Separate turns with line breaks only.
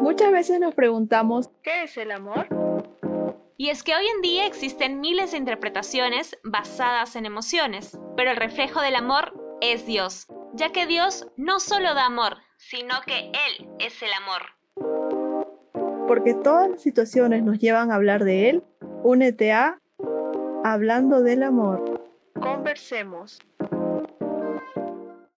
Muchas veces nos preguntamos, ¿qué es el amor?
Y es que hoy en día existen miles de interpretaciones basadas en emociones, pero el reflejo del amor es Dios, ya que Dios no solo da amor, sino que Él es el amor.
Porque todas las situaciones nos llevan a hablar de Él, únete a Hablando del Amor. Conversemos.